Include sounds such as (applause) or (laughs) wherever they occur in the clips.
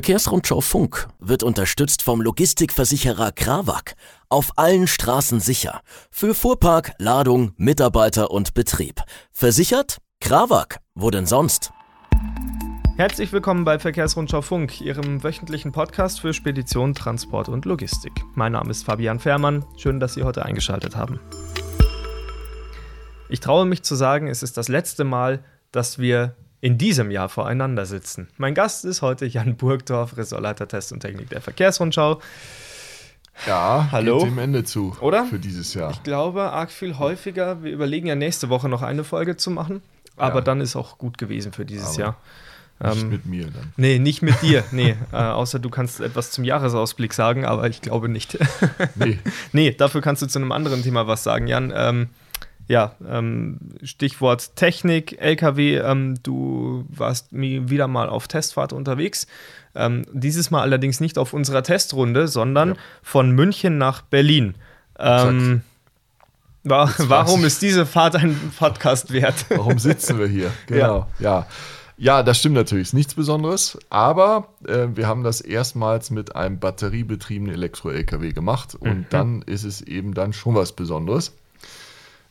Verkehrsrundschau Funk wird unterstützt vom Logistikversicherer Krawak. Auf allen Straßen sicher. Für Fuhrpark, Ladung, Mitarbeiter und Betrieb. Versichert? Krawak. Wo denn sonst? Herzlich willkommen bei Verkehrsrundschau Funk, Ihrem wöchentlichen Podcast für Spedition, Transport und Logistik. Mein Name ist Fabian Fährmann. Schön, dass Sie heute eingeschaltet haben. Ich traue mich zu sagen, es ist das letzte Mal, dass wir in diesem Jahr voreinander sitzen. Mein Gast ist heute Jan Burgdorf, Ressortleiter Test und Technik der Verkehrsrundschau. Ja, Hallo? geht dem Ende zu. Oder? Für dieses Jahr. Ich glaube, arg viel häufiger. Wir überlegen ja nächste Woche noch eine Folge zu machen. Aber Ja. dann ist auch gut gewesen für dieses Aber Jahr. Nicht Ähm, mit mir dann. Nee, nicht mit dir. Nee, äh, außer du kannst etwas zum Jahresausblick sagen, aber ich glaube nicht. (laughs) Nee, nee, dafür kannst du zu einem anderen Thema was sagen, Jan. Ähm, ja, ähm, Stichwort Technik, LKW. Ähm, du warst mi- wieder mal auf Testfahrt unterwegs. Ähm, dieses Mal allerdings nicht auf unserer Testrunde, sondern Ja. von München nach Berlin. Ähm, wa warum war's. ist diese Fahrt ein Podcast wert? warum (laughs) sitzen wir hier? Genau, ja. Ja, das stimmt natürlich, ist nichts Besonderes, aber äh, wir haben das erstmals mit einem batteriebetriebenen Elektro-LKW gemacht und Mhm. dann ist es eben dann schon was Besonderes.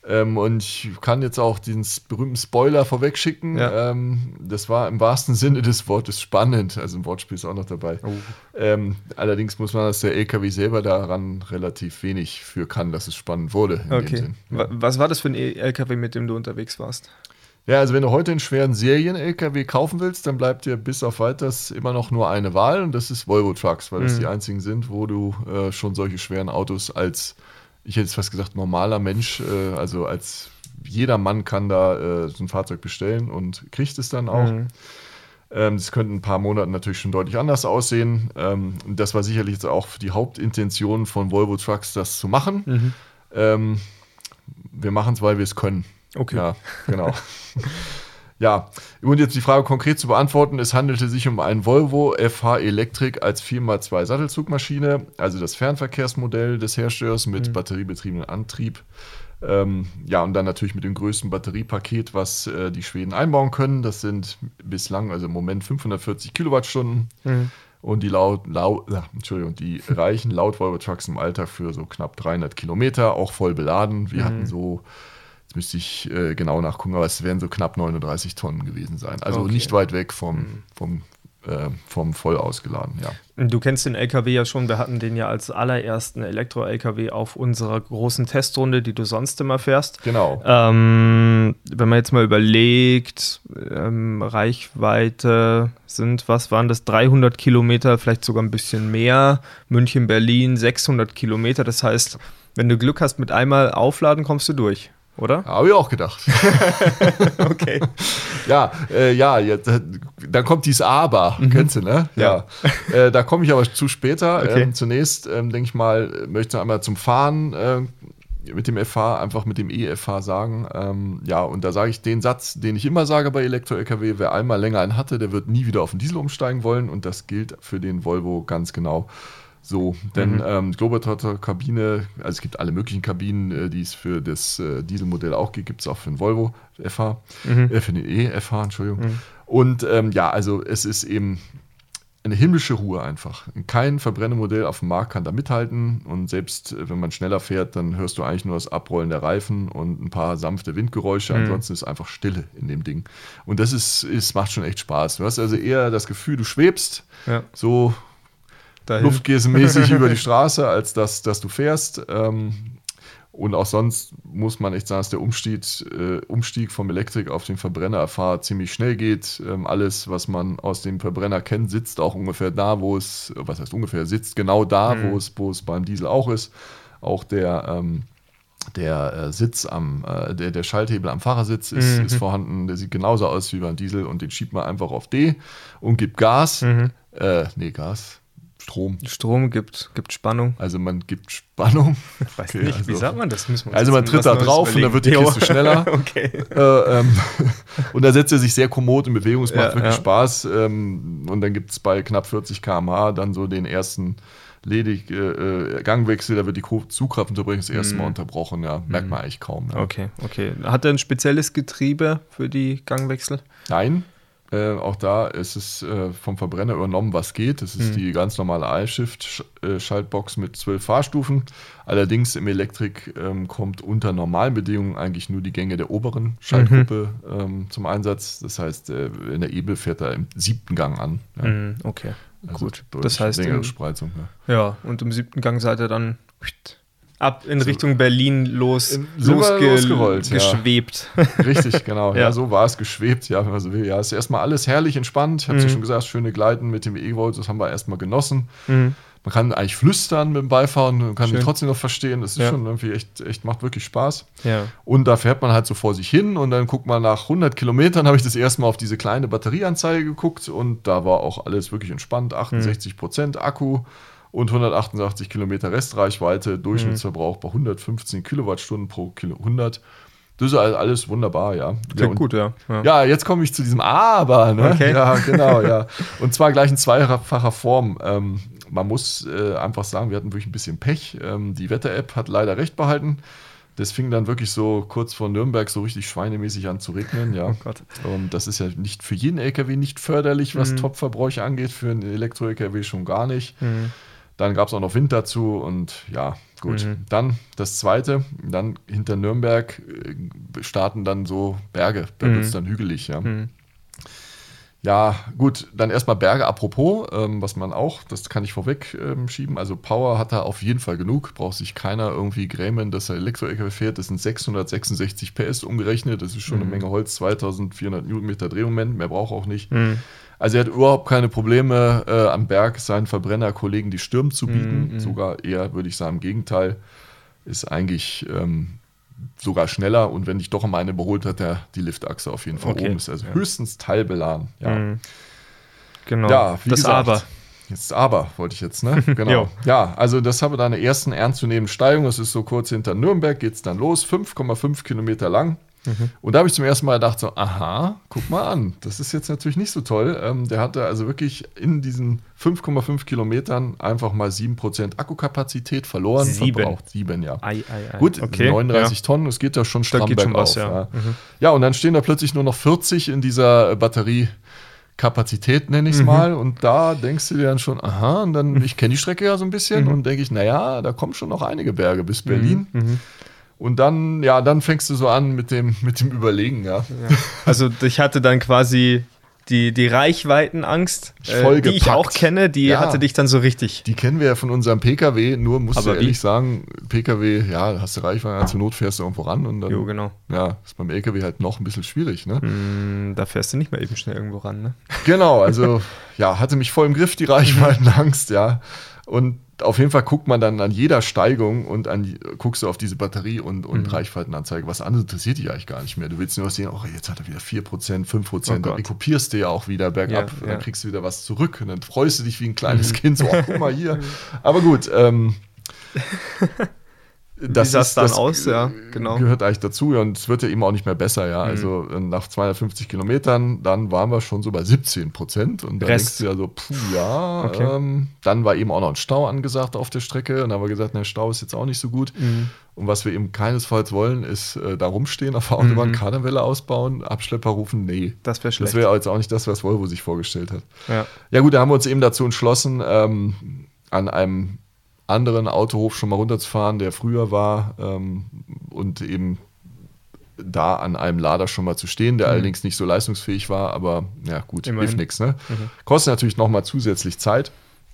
Ähm, und ich kann jetzt auch den s- berühmten Spoiler vorwegschicken. Ja. Ähm, das war im wahrsten Sinne des Wortes spannend, also im Wortspiel ist auch noch dabei. Oh, Ähm, allerdings muss man, dass der LKW selber daran relativ wenig für kann, dass es spannend wurde. In Dem Okay. Sinn. Wa- Was war das für ein E- LKW, mit dem du unterwegs warst? Ja, also wenn du heute einen schweren Serien-LKW kaufen willst, dann bleibt dir bis auf weiteres immer noch nur eine Wahl und das ist Volvo Trucks, weil das die einzigen sind, wo du äh, schon solche schweren Autos als, ich hätte jetzt fast gesagt, normaler Mensch, äh, also als jeder Mann kann da äh, so ein Fahrzeug bestellen und kriegt es dann auch. Ähm, das könnte in ein paar Monaten natürlich schon deutlich anders aussehen. Ähm, und das war sicherlich jetzt auch die Hauptintention von Volvo Trucks, das zu machen. Ähm, wir machen es, weil wir es können. Okay. Ja, genau. (laughs) ja, und jetzt die Frage konkret zu beantworten. Es handelte sich um einen Volvo FH Electric als 4x2 Sattelzugmaschine, also das Fernverkehrsmodell des Herstellers mit batteriebetriebenem Antrieb. Ähm, ja, und dann natürlich mit dem größten Batteriepaket, was äh, die Schweden einbauen können. Das sind bislang, also im Moment 540 Kilowattstunden. Und die, laut, lau, ja, Entschuldigung, die (laughs) reichen laut Volvo Trucks im Alltag für so knapp 300 Kilometer, auch voll beladen. Wir hatten so, jetzt müsste ich äh, genau nachgucken, aber es werden so knapp 39 Tonnen gewesen sein. Also Okay. nicht weit weg vom, vom, äh, vom voll ausgeladen, ja. Du kennst den LKW ja schon. Wir hatten den ja als allerersten Elektro-LKW auf unserer großen Testrunde, die du sonst immer fährst. Genau. Ähm, wenn man jetzt mal überlegt, ähm, Reichweite sind, was waren das, 300 Kilometer, vielleicht sogar ein bisschen mehr. München, Berlin 600 Kilometer. Das heißt, wenn du Glück hast mit einmal aufladen, kommst du durch, oder? Habe ich auch gedacht. (laughs) Okay. (laughs) Ja, äh, ja, jetzt, äh, dann kommt dieses Aber, kennst du, ne? Mhm. Ja. Ja. äh, da komme ich aber zu später. Okay. Ähm, zunächst, ähm, denke ich mal, äh, möchte ich einmal zum Fahren äh, mit dem FH, einfach mit dem EFH sagen. Ähm, ja, und da sage ich den Satz, den ich immer sage bei Elektro-LKW, wer einmal länger einen hatte, der wird nie wieder auf den Diesel umsteigen wollen. Und das gilt für den Volvo ganz genau. So, denn ähm, Globetrotter-Kabine, also es gibt alle möglichen Kabinen, äh, die es für das äh, Dieselmodell auch gibt, gibt es auch für den Volvo FH, äh, für den EFH, Entschuldigung. Und ähm, ja, also es ist eben eine himmlische Ruhe einfach. Kein Verbrennermodell auf dem Markt kann da mithalten und selbst äh, wenn man schneller fährt, dann hörst du eigentlich nur das Abrollen der Reifen und ein paar sanfte Windgeräusche. Ansonsten ist einfach Stille in dem Ding. Und das ist, ist macht schon echt Spaß. Du hast also eher das Gefühl, du schwebst Ja, so dahin. luftgesemäßig über die Straße, als dass, dass du fährst. Ähm, und auch sonst muss man echt sagen, dass der Umstieg, äh, Umstieg vom Elektrik auf den Verbrenner fahr ziemlich schnell geht. Ähm, alles, was man aus dem Verbrenner kennt, sitzt auch ungefähr da, wo es, was heißt ungefähr, sitzt genau da, wo, es, wo es beim Diesel auch ist. Auch der, ähm, der äh, Sitz am, äh, der, der Schalthebel am Fahrersitz ist, ist vorhanden. Der sieht genauso aus wie beim Diesel und den schiebt man einfach auf D und gibt Gas. Äh, nee, Gas. Strom. Strom gibt, gibt Spannung. Also man gibt Spannung. Ich weiß Okay, nicht, wie also- sagt man das? Müssen wir uns Also jetzt man was tritt da Neues drauf und dann überlegen. wird die Jo. (laughs) Kiste schneller. okay. äh, ähm, (laughs) und da setzt er sich sehr kommod in Bewegung, es macht Ja, wirklich ja. Spaß. Ähm, und dann gibt es bei knapp 40 km/h dann so den ersten ledig äh, äh, Gangwechsel, da wird die Ko- Zugkraftunterbrechung das erste Mhm. Mal unterbrochen. Ja, merkt man eigentlich kaum. Ja. Okay, okay. Hat er ein spezielles Getriebe für die Gangwechsel? Nein, Äh, auch da ist es äh, vom Verbrenner übernommen, was geht. Das ist Mhm. die ganz normale I-Shift-Schaltbox mit zwölf Fahrstufen. Allerdings im Elektrik ähm, kommt unter normalen Bedingungen eigentlich nur die Gänge der Mhm. oberen Schaltgruppe ähm, zum Einsatz. Das heißt, äh, in der Ebel fährt er im siebten Gang an. Ja. Mhm, okay. Also gut. deutlich Das heißt, äh, längere im- Spreizung. Ja. Ja, und im siebten Gang seid ihr dann ab in So. Richtung Berlin los, Ähm, sind wir losge- losgerollt, ja. (laughs) geschwebt. Richtig, (laughs) genau. ja. Ja. so war es geschwebt, ja, wenn man so will. Ja, ist erstmal alles herrlich entspannt. Ich habe es ja Mhm. schon gesagt, schöne Gleiten mit dem E-Volt, das haben wir erstmal genossen. Mhm. Man kann eigentlich flüstern mit dem Beifahren und kann ihn Schön. trotzdem noch verstehen. Das ist Ja. schon irgendwie echt, echt, macht wirklich Spaß. Ja. Und da fährt man halt so vor sich hin und dann guckt man nach 100 Kilometern, (laughs) habe ich das erste Mal auf diese kleine Batterieanzeige geguckt und da war auch alles wirklich entspannt. Hm. 68 Prozent Akku und 188 Kilometer Restreichweite, Durchschnittsverbrauch bei 115 Kilowattstunden pro Kilo 100. Das ist halt alles wunderbar, ja. ja, Klingt und gut, ja. Ja. ja, jetzt komme ich zu diesem Aber. Ne? Okay. Ja, (laughs) genau, ja. Und zwar gleich in zweifacher Form. Ähm, man muss äh, einfach sagen, wir hatten wirklich ein bisschen Pech. Ähm, die Wetter-App hat leider recht behalten. Das fing dann wirklich so kurz vor Nürnberg so richtig schweinemäßig an zu regnen, ja. Oh Gott. Und das ist ja nicht für jeden LKW nicht förderlich, was Mhm. Topverbräuche angeht, für einen Elektro-LKW schon gar nicht. Mhm. Dann gab es auch noch Wind dazu und ja, gut. Mhm. Dann das zweite, dann hinter Nürnberg äh, starten dann so Berge, da wird's Mhm. dann hügelig, ja. Mhm. Ja, gut, dann erstmal Berge apropos, ähm, was man auch, das kann ich vorweg ähm, schieben. Also Power hat er auf jeden Fall genug, braucht sich keiner irgendwie grämen, dass er Elektro-LKW fährt. Das sind 666 PS umgerechnet, das ist schon eine Mhm. Menge Holz, 2400 Newtonmeter Drehmoment, mehr braucht er auch nicht. Mhm. Also er hat überhaupt keine Probleme, äh, am Berg seinen Verbrennerkollegen die Stirn zu bieten. Mhm. Sogar eher, würde ich sagen, im Gegenteil, ist eigentlich ähm, sogar schneller und wenn nicht doch einmal eine überholt, hat er die Liftachse auf jeden Fall Okay. oben. Ist also Ja. höchstens teilbeladen. Ja. Mhm. Genau. Ja, wie das gesagt. Aber. Jetzt aber, wollte ich (laughs) jetzt, ne? Genau. Jo. ja, also das habe deine ersten ernstzunehmenden Steigungen. Das ist so kurz hinter Nürnberg, geht es dann los, 5,5 Kilometer lang. Mhm. Und da habe ich zum ersten Mal gedacht, so, aha, guck mal an, das ist jetzt natürlich nicht so toll. Ähm, der hatte also wirklich in diesen 5,5 Kilometern einfach mal 7% Akkukapazität verloren. Sieben. Verbraucht. Sieben, ja. Ei, ei, ei. Gut, Halt okay. 39 Tonnen, es geht ja ja. schon stramm Da geht schon bergauf. was, ja. ja. Mhm. Ja, und dann stehen da plötzlich nur noch 40 in dieser äh, Batteriekapazität, nenne Mhm. ich es mal. Und da denkst du dir dann schon, aha, und dann, ich kenne die Strecke ja so ein bisschen und denke ich, naja, da kommen schon noch einige Berge bis Berlin. Mhm. Und dann, ja, dann fängst du so an mit dem, mit dem Überlegen, ja. Also ich hatte dann quasi die, die Reichweitenangst, äh, Vollgepackt. die ich auch kenne, die Ja. hatte dich dann so richtig. Die kennen wir ja von unserem Pkw, nur musst du Aber wie? ehrlich sagen, Pkw, ja, da hast du Reichweite, zur Not fährst du irgendwo ran und dann, Jo, genau. ja, ist beim Lkw halt noch ein bisschen schwierig, ne? Mm, Da fährst du nicht mehr eben schnell irgendwo ran, ne? Genau, also ja, hatte mich voll im Griff, die Mhm. Reichweitenangst, ja. Und auf jeden Fall guckt man dann an jeder Steigung und an, guckst du auf diese Batterie und, Mhm. und Reichweitenanzeige. Was anderes interessiert dich eigentlich gar nicht mehr. Du willst nur sehen, oh, jetzt hat er wieder 4%, 5%. Oh dann Gott. kopierst du ja auch wieder bergab. Ja, Mhm. und dann ja. kriegst du wieder was zurück. Und dann freust du dich wie ein kleines Kind. So, oh, guck mal (laughs) hier. Aber gut, ähm, Wie sah's ist- dann aus? Ja, genau. Mhm. gehört eigentlich dazu ja, und es wird ja eben auch nicht mehr besser, ja. Also äh, nach 250 Kilometern, dann waren wir schon so bei 17 Prozent und da Rest. denkst du ja so, puh, ja. Okay. Ähm, dann war eben auch noch ein Stau angesagt auf der Strecke und da haben wir gesagt, der Stau ist jetzt auch nicht so gut. Mhm. Und was wir eben keinesfalls wollen, ist äh, da rumstehen auf der Autobahn, Karnevelle ausbauen, Abschlepper rufen, nee. Mhm. Das wäre Das schlecht. wäre jetzt auch nicht das, was Volvo sich vorgestellt hat. ja. Ja gut, da haben wir uns eben dazu entschlossen, ähm, an einem anderen Autohof schon mal runterzufahren, der früher war ähm, und eben da an einem Lader schon mal zu stehen, der allerdings nicht so leistungsfähig war, aber ja gut, Immerhin. hilft nichts. Ne? Kostet natürlich nochmal zusätzlich Zeit.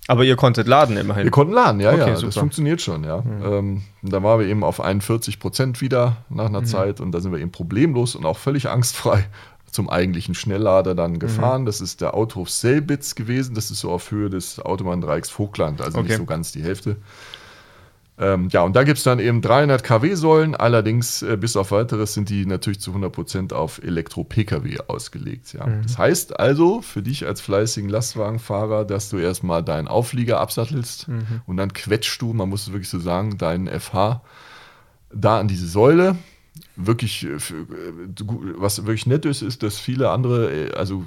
Aber ihr konntet laden immerhin. Wir konnten laden, ja, Okay, ja, das super. funktioniert schon, ja. Ähm, und da waren wir eben auf 41 Prozent wieder nach Mhm. einer Zeit und da sind wir eben problemlos und auch völlig angstfrei zum eigentlichen Schnelllader Mhm. dann gefahren. Das ist der Autohof Selbitz gewesen, das ist so auf Höhe des Autobahndreiecks Vogtland, also nicht Okay. so ganz die Hälfte. Ähm, ja, und da gibt es dann eben 300 kW-Säulen, allerdings äh, bis auf weiteres sind die natürlich zu 100% auf Elektro-Pkw ausgelegt. Ja. Mhm. Das heißt also für dich als fleißigen Lastwagenfahrer, dass du erstmal deinen Auflieger absattelst Mhm. und dann quetschst du, man muss es wirklich so sagen, deinen FH da an diese Säule. Wirklich, äh, für, äh, du- was wirklich nett ist, ist, dass viele andere, äh, also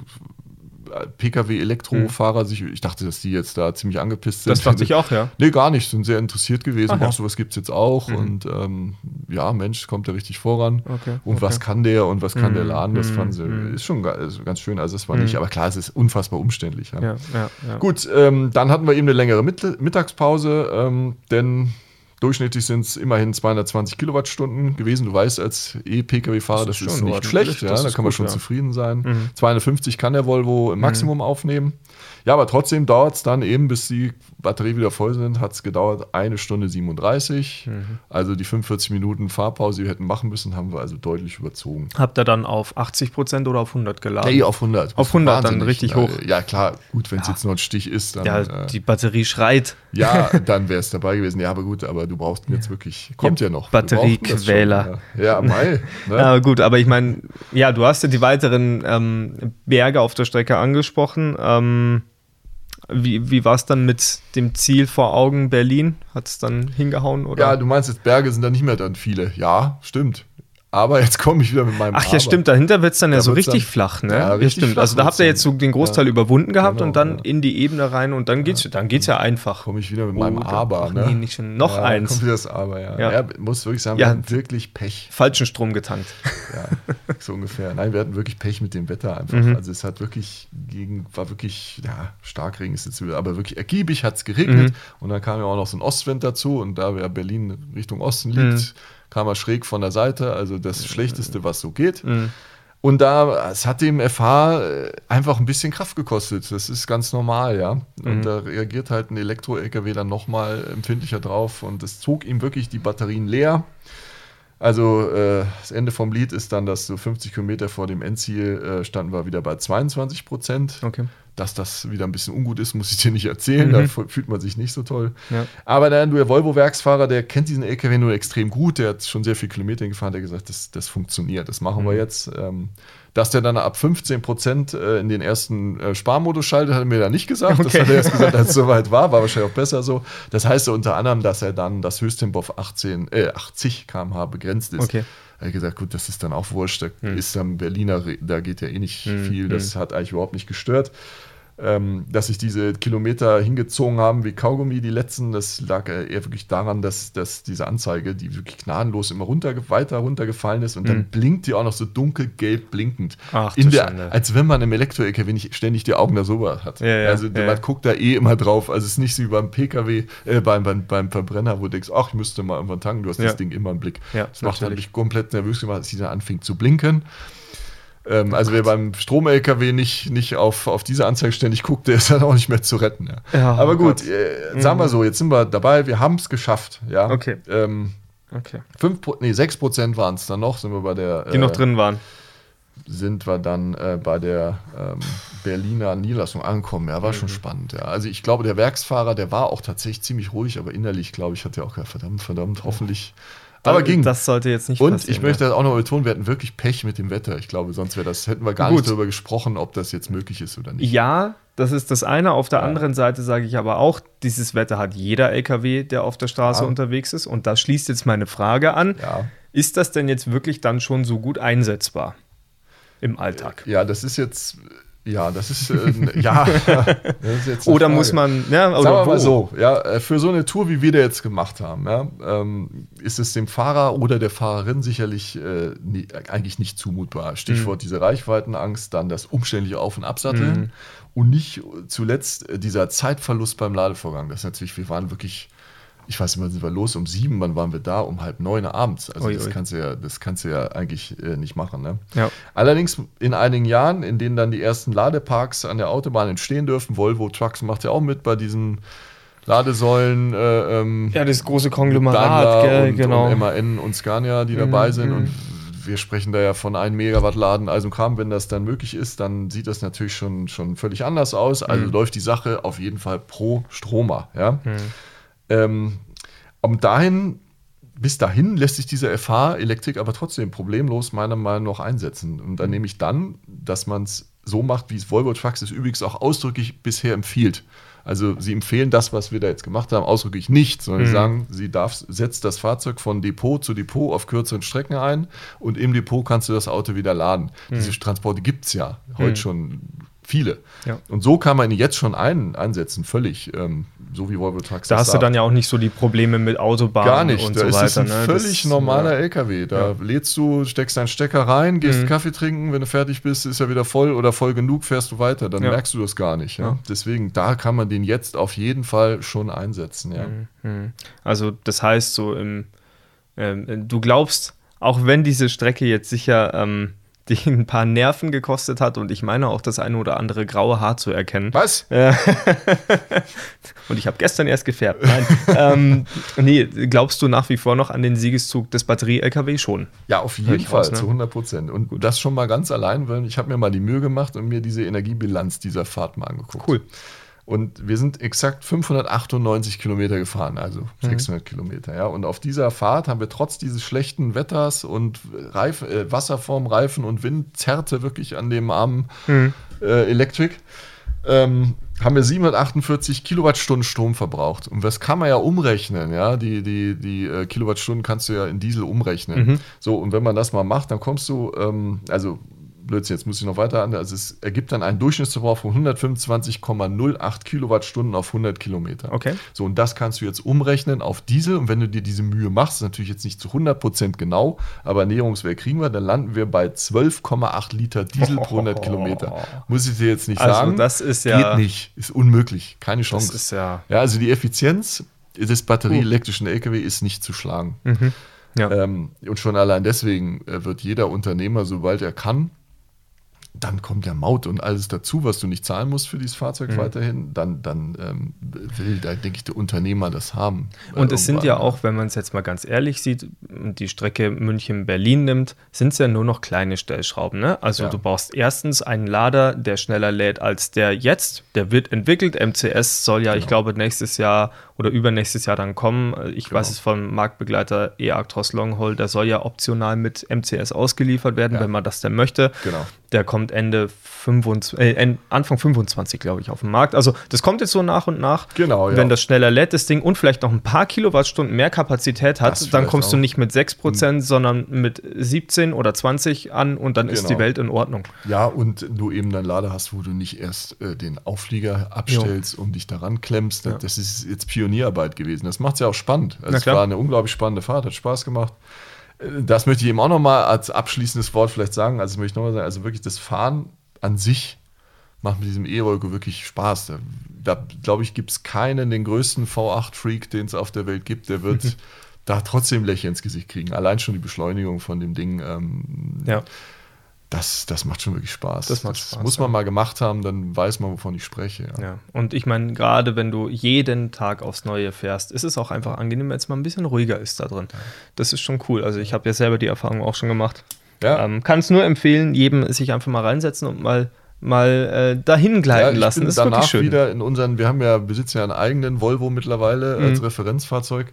Pkw-Elektrofahrer sich, ich dachte, dass die jetzt da ziemlich angepisst sind. Mhm. Das dachte ich auch, ja. Nee, gar nicht, sind sehr interessiert gewesen. Aha. Ach, sowas gibt es jetzt auch. Mhm. Und ähm, ja, Mensch, kommt der richtig voran. Okay, Und okay. was kann der und was kann der Mhm, Laden? Das mhm, fanden sie, mhm. ist schon ga- also ganz schön. Also, es war Mhm. nicht, aber klar, es ist unfassbar umständlich. ja. Ja, ja, ja. Gut, ähm, dann hatten wir eben eine längere Mitt Mittagspause, ähm, denn durchschnittlich sind es immerhin 220 Kilowattstunden gewesen. Du weißt, als E E-Pkw-Fahrer, Das das ist ist, schon nicht ordentlich, schlecht, ja, das da kann ist man gut, schon ja. zufrieden sein. Mhm. 250 kann der Volvo im Maximum aufnehmen. Ja, aber trotzdem dauert es dann eben, bis die Batterie wieder voll sind, hat es gedauert eine Stunde 37. Mhm. Also die 45 Minuten Fahrpause, die wir hätten machen müssen, haben wir also deutlich überzogen. Habt ihr dann auf 80% oder auf 100 geladen? Nee, auf 100. Auf 100 dann Wahnsinnig. richtig ja, hoch. äh, Ja, klar, gut, wenn es jetzt nur ein Stich ist, dann. ja, äh, die Batterie schreit. ja, dann wäre es dabei gewesen. Ja, aber gut, aber du brauchst ihn jetzt wirklich. Kommt ja, noch. Wir brauchen das Batteriequäler. schon, Ja, ja Mai. Ne? Ja, gut, aber ich meine, ja, du hast ja die weiteren ähm, Berge auf der Strecke angesprochen. Ähm, wie wie war es dann mit dem Ziel vor Augen Berlin? Hat es dann hingehauen? Oder? Ja, du meinst jetzt, Berge sind da nicht mehr dann viele. Ja, stimmt. Aber jetzt komme ich wieder mit meinem Ach ja, Aber. stimmt, dahinter wird es dann ja Da so wird's richtig dann- flach, ne? Ja, Ja, richtig stimmt. flach Also da habt ihr jetzt wird's so den Großteil überwunden gehabt Genau, und dann ja. in die Ebene rein und dann geht's, dann geht's ja einfach. Komme ich wieder mit meinem Oder- Aber. Ach Ne? nee, nicht schon. Noch ja, eins. Kommt wieder das Aber, ja. Ja. ja. muss wirklich sagen, Ja. wir hatten wirklich Pech. Falschen Strom getankt. Ja, (laughs) so ungefähr. Nein, wir hatten wirklich Pech mit dem Wetter einfach. Also es hat wirklich gegen, war wirklich, ja, Starkregen ist jetzt wieder, aber wirklich ergiebig hat es geregnet. Und dann kam ja auch noch so ein Ostwind dazu und da wir Berlin Richtung Osten liegt, kam er schräg von der Seite. Also das Schlechteste, was so geht. Und da, es hat dem FH äh, einfach ein bisschen Kraft gekostet. Das ist ganz normal, ja. Und da reagiert halt ein Elektro-LKW dann nochmal empfindlicher drauf. Und es zog ihm wirklich die Batterien leer. Also äh, das Ende vom Lied ist dann, dass so 50 Kilometer vor dem Endziel äh, standen wir wieder bei 22 Prozent. Okay. Dass das wieder ein bisschen ungut ist, muss ich dir nicht erzählen. Da f- fühlt man sich nicht so toll. Ja. Aber dann, der Volvo-Werksfahrer, der kennt diesen LKW nur extrem gut. Der hat schon sehr viel Kilometer gefahren. Der hat gesagt, das, das funktioniert, das machen wir Mhm. jetzt. Ähm, dass der dann ab 15 Prozent äh, in den ersten äh, Sparmodus schaltet, hat er mir da nicht gesagt. Das Okay. hat er erst (laughs) gesagt, als es soweit war. War wahrscheinlich auch besser so. Das heißt ja unter anderem, dass er dann das Höchsttempo auf 18, äh, 80 km/h begrenzt ist. Okay. Hm. Er hat gesagt, gut, das ist dann auch wurscht. Da ist dann Berliner, Re- da geht ja eh nicht viel. Das hat eigentlich überhaupt nicht gestört. Ähm, dass sich diese Kilometer hingezogen haben wie Kaugummi, die letzten, das lag äh, eher wirklich daran, dass, dass diese Anzeige, die wirklich gnadenlos immer runter, weiter runtergefallen ist und dann blinkt die auch noch so dunkelgelb blinkend. Mhm. Ach, du in Schande. der, als wenn man im Elektro-LKW nicht ständig die Augen da so hat. Ja, ja, also ja, ja. man guckt da eh immer drauf. Also es ist nicht so wie beim PKW, äh, beim, beim, beim Verbrenner, wo du denkst, ach, ich müsste mal irgendwann tanken, du hast Ja. das Ding immer im Blick. Ja, das macht natürlich. mich komplett nervös gemacht, als die dann anfing zu blinken. Ähm, also wer beim Strom-LKW nicht, nicht auf, auf diese Anzeige ständig guckt, der ist dann auch nicht mehr zu retten. Ja. Ja, oh Aber gut, Gott. äh, sagen wir so, jetzt sind wir dabei, wir haben es geschafft. Ja. Okay. Ähm, Okay. fünf Pro- nee, 6% waren es dann noch, sind wir bei der äh, Die noch drin waren. sind wir dann äh, bei der ähm, Berliner Niederlassung angekommen. Ja, war Mhm. schon spannend. Ja. Also ich glaube, der Werksfahrer, der war auch tatsächlich ziemlich ruhig, aber innerlich, glaube ich, hat er auch gedacht, verdammt, verdammt, hoffentlich. Aber ging. Das sollte jetzt nicht Und passieren, ich möchte das auch noch betonen, wir hatten wirklich Pech mit dem Wetter. Ich glaube, sonst wäre das, hätten wir gar Gut. nicht darüber gesprochen, ob das jetzt möglich ist oder nicht. Ja, das ist das eine. Auf der anderen Seite sage ich aber auch, dieses Wetter hat jeder LKW, der auf der Straße Ja. unterwegs ist. Und da schließt jetzt meine Frage an. Ja. Ist das denn jetzt wirklich dann schon so gut einsetzbar im Alltag? Ja, das ist jetzt, ja, das ist, äh, (laughs) ja. Das ist jetzt eine Oder muss Frage. man, ja, oder Sagen wir wo? mal so, ja, äh, für so eine Tour, wie wir da jetzt gemacht haben, ja, ähm, ist es dem Fahrer oder der Fahrerin sicherlich äh, nie, eigentlich nicht zumutbar. Mhm. Stichwort diese Reichweitenangst, dann das umständliche Auf- und Absatteln und nicht zuletzt äh, dieser Zeitverlust beim Ladevorgang. Das ist natürlich, wir waren wirklich, ich weiß nicht, wann sind wir los? Um sieben, wann waren wir da? Um halb neun abends. Also Ui, das ui. kannst du ja, das kannst du ja eigentlich äh, nicht machen. Ne? Ja. Allerdings in einigen Jahren, in denen dann die ersten Ladeparks an der Autobahn entstehen dürfen, Volvo Trucks macht ja auch mit bei diesen Ladesäulen, äh, ähm, Ja, das große Daimler Konglomerat, gell, und, genau. Mhm, und MAN und Scania, die dabei sind und wir sprechen da ja von 1 Megawatt Laden, also Kram, wenn das dann möglich ist, dann sieht das natürlich schon, schon völlig anders aus. Also Mhm. läuft die Sache auf jeden Fall pro Stromer. Ja? Ähm, um dahin, bis dahin lässt sich diese FH-Elektrik aber trotzdem problemlos meiner Meinung nach einsetzen. Und Mhm. dann nehme ich dann, dass man es so macht, wie es Volvo Trucks es übrigens auch ausdrücklich bisher empfiehlt. Also sie empfehlen das, was wir da jetzt gemacht haben, ausdrücklich nicht, sondern Mhm. sie sagen, sie darf, setzt das Fahrzeug von Depot zu Depot auf kürzeren Strecken Mhm. ein und im Depot kannst du das Auto wieder laden. Diese Transporte gibt es ja heute schon Viele. Ja. Und so kann man ihn jetzt schon ein, einsetzen, völlig. Ähm, so wie Volvo Trucks Da das hast du sagt. dann ja auch nicht so die Probleme mit Autobahnen Gar nicht, und da so ist weiter. es ein ne? Das- völlig normaler LKW. Da lädst du, steckst deinen Stecker rein, gehst Mhm. Kaffee trinken, wenn du fertig bist, ist er wieder voll oder voll genug, fährst du weiter, dann Ja. merkst du das gar nicht. Ja? Ja. Deswegen, da kann man den jetzt auf jeden Fall schon einsetzen. Ja. Mhm. Also das heißt so im, ähm, du glaubst, auch wenn diese Strecke jetzt sicher ähm, (laughs) dich ein paar Nerven gekostet hat und ich meine auch das eine oder andere graue Haar zu erkennen. Was? Äh, und ich habe gestern erst gefärbt. (laughs) Nein. ähm, nee, glaubst du nach wie vor noch an den Siegeszug des Batterie-LKW schon? Ja, auf jeden ich Fall, raus, ne? zu 100 Prozent. Und das schon mal ganz allein, weil ich habe mir mal die Mühe gemacht und mir diese Energiebilanz dieser Fahrt mal angeguckt. Cool. Und wir sind exakt 598 Kilometer gefahren, also Mhm. 600 Kilometer. Ja. Und auf dieser Fahrt haben wir trotz dieses schlechten Wetters und Reif, äh, Wasserform, Reifen und Wind zerrte wirklich an dem armen Mhm. äh, Electric, ähm, haben wir 748 Kilowattstunden Strom verbraucht. Und das kann man ja umrechnen. Ja? Die, die, die äh, Kilowattstunden kannst du ja in Diesel umrechnen. So, und wenn man das mal macht, dann kommst du, ähm, also Blödsinn, jetzt muss ich noch weiter an. Also es ergibt dann einen Durchschnittsverbrauch von 125,08 Kilowattstunden auf 100 Kilometer. Okay. So, und das kannst du jetzt umrechnen auf Diesel. Und wenn du dir diese Mühe machst, ist natürlich jetzt nicht zu 100% genau, aber Ernährungswert kriegen wir, dann landen wir bei 12,8 Liter Diesel (laughs) pro 100 Kilometer. Muss ich dir jetzt nicht Also sagen. das ist ja- Geht nicht. Ist unmöglich. Keine Chance. Das ist ja. ja, also die Effizienz des batterieelektrischen LKW ist nicht zu schlagen. Mhm. ja. Ähm, und schon allein deswegen äh, wird jeder Unternehmer, sobald er kann, dann kommt der Maut und alles dazu, was du nicht zahlen musst für dieses Fahrzeug Mhm. weiterhin, dann, dann ähm, will, da denke ich, der Unternehmer das haben. Und es sind ja Irgendwann. auch, wenn man es jetzt mal ganz ehrlich sieht und die Strecke München-Berlin nimmt, sind es ja nur noch kleine Stellschrauben. Ne? Also Ja. du brauchst erstens einen Lader, der schneller lädt als der jetzt. Der wird entwickelt. MCS soll ja, Genau. ich glaube, nächstes Jahr oder übernächstes Jahr dann kommen. Ich weiß Genau. es vom Marktbegleiter E-Actros Longhol, der soll ja optional mit MCS ausgeliefert werden, Ja. wenn man das denn möchte. Genau. Der kommt Ende 25, äh, en- Anfang 25, glaube ich, auf den Markt. Also das kommt jetzt so nach und nach. Genau, ja. Wenn das schneller lädt, das Ding, und vielleicht noch ein paar Kilowattstunden mehr Kapazität hat, Das dann vielleicht kommst du auch. Hm. nicht mit 6%, sondern mit 17 oder 20 an und dann ist Genau. die Welt in Ordnung. Ja, und du eben dann Lader hast, wo du nicht erst äh, den Auflieger abstellst und dich daran klemmst. Das, das ist jetzt Pionierarbeit gewesen. Das macht es ja auch spannend. Also Na es klar. war eine unglaublich spannende Fahrt, hat Spaß gemacht. Äh, Das möchte ich eben auch nochmal als abschließendes Wort vielleicht sagen. Also das möchte ich nochmal sagen, also wirklich das Fahren an sich macht mit diesem E-Rolko wirklich Spaß. Da, da glaube ich, gibt es keinen, den größten V8-Freak, den es auf der Welt gibt, der (laughs) wird da trotzdem Lächeln ins Gesicht kriegen. Allein schon die Beschleunigung von dem Ding ähm, Ja. das, das macht schon wirklich Spaß. Das macht Spaß, muss man mal gemacht haben, dann weiß man, wovon ich spreche. Ja. ja. Und ich meine, gerade wenn du jeden Tag aufs Neue fährst, ist es auch einfach angenehm, wenn es mal ein bisschen ruhiger ist da drin. Das ist schon cool. Also ich habe ja selber die Erfahrung auch schon gemacht. Ja. Ähm, Kann es nur empfehlen, jedem sich einfach mal reinsetzen und mal, mal äh, dahin Ja, gleiten ich lassen. bin Ist danach wirklich schön. wieder in unseren, wir haben ja, besitzen ja einen eigenen Volvo mittlerweile Mhm. als Referenzfahrzeug.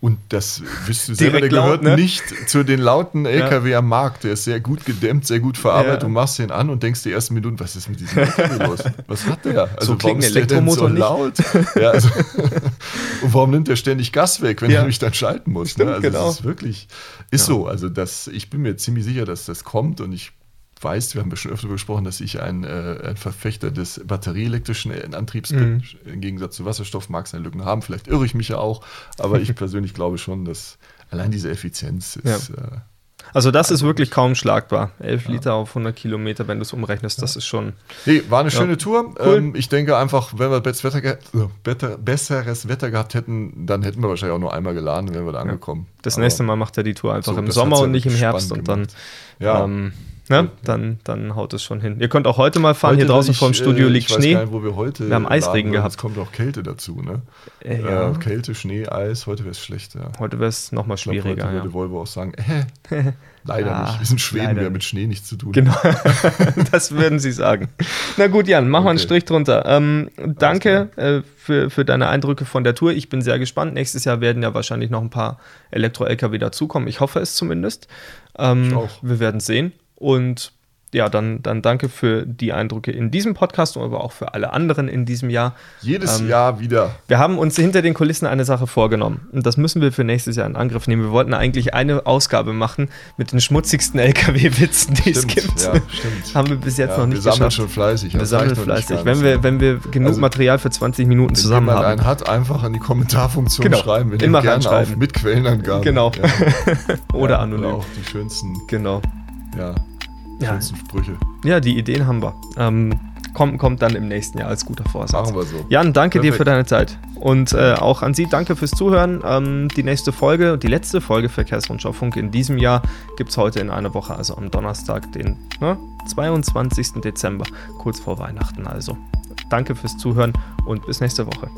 Und das wirst du selber, der Direkt laut, gehört ne? nicht zu den lauten LKW am Markt. Der ist sehr gut gedämmt, sehr gut verarbeitet. Ja. Du machst den an und denkst die ersten Minuten, was ist mit (laughs) diesem LKW los? Was hat der? Also klingt ein Elektromotor nicht. laut? (laughs) Ja, also, (laughs) und warum nimmt der ständig Gas weg, wenn Ja. du mich dann schalten musst? Stimmt, ne? also genau. es ist wirklich, ist so. Also das, ich bin mir ziemlich sicher, dass das kommt und ich weiß, wir haben schon öfter darüber gesprochen, dass ich ein, äh, ein Verfechter des batterieelektrischen Antriebs bin. Mhm. Im Gegensatz zu Wasserstoff mag seine Lücken haben, vielleicht irre ich mich ja auch, aber (laughs) ich persönlich glaube schon, dass allein diese Effizienz ist. Äh, Also das ist wirklich kaum schlagbar. 11 Liter auf 100 Kilometer, wenn du es umrechnest, das ist schon. Nee, war eine schöne Tour. Cool. Ähm, ich denke einfach, wenn wir besseres Wetter, ge äh, better, besseres Wetter gehabt hätten, dann hätten wir wahrscheinlich auch nur einmal geladen, wären wir da angekommen. Das Aber nächste Mal macht er die Tour einfach so, im das Sommer hat's ja und nicht im spannend Herbst und dann, gemacht. Ja. ähm, ne? dann, dann haut es schon hin. Ihr könnt auch heute mal fahren. Hier Heute draußen ich, vorm Studio äh, liegt ich Weiß Schnee. gar nicht, wo wir heute Wir haben Eisregen laden würden. gehabt. Es kommt auch Kälte dazu, ne? Äh, ja. Äh, Kälte, Schnee, Eis, heute wäre es schlecht, ja. Heute wäre es nochmal Ich glaube, heute schwieriger. würde Volvo auch sagen, äh, (laughs) leider Ah, nicht. Wir sind Schweden, leider wir haben mit nicht. Schnee nichts zu tun. Genau, (laughs) das würden sie sagen. Na gut, Jan, mach mal einen Okay. Strich drunter. Ähm, danke äh, für, für deine Eindrücke von der Tour. Ich bin sehr gespannt. Nächstes Jahr werden ja wahrscheinlich noch ein paar Elektro-LKW dazukommen. Ich hoffe es zumindest. Ähm, Ich auch. Wir werden sehen. Und ja, dann, dann danke für die Eindrücke in diesem Podcast, aber auch für alle anderen in diesem Jahr. Jedes Ähm, Jahr wieder. Wir haben uns hinter den Kulissen eine Sache vorgenommen. Und das müssen wir für nächstes Jahr in Angriff nehmen. Wir wollten eigentlich eine Ausgabe machen mit den schmutzigsten LKW-Witzen, die (laughs) es gibt. Ja, (laughs) stimmt. Haben wir bis jetzt Ja, noch nicht wir sammeln geschafft. schon fleißig. wir das sammeln reicht noch nicht fleißig. ganz. Wenn wir, wenn wir genug Also, halt Material für 20 Minuten Wenn zusammen jemand haben. einen hat, einfach in die Kommentarfunktion Genau. schreiben. Wir Immer nehmen gerne auf reinschreiben. mit Quellenangaben. Genau. Ja. (laughs) Oder Ja, anonym. Oder auch die schönsten, Genau. ja, Ja. schönsten Sprüche. ja, die Ideen haben wir. Ähm, kommt, kommt dann im nächsten Jahr als guter Vorsatz. Machen wir so. Jan, danke dir Perfekt. für deine Zeit. Und äh, auch an Sie, danke fürs Zuhören. Ähm, die nächste Folge, die letzte Folge Verkehrsrundschau-Funk in diesem Jahr gibt es heute in einer Woche, also am Donnerstag, den ne, 22. Dezember, kurz vor Weihnachten also. Danke fürs Zuhören und bis nächste Woche.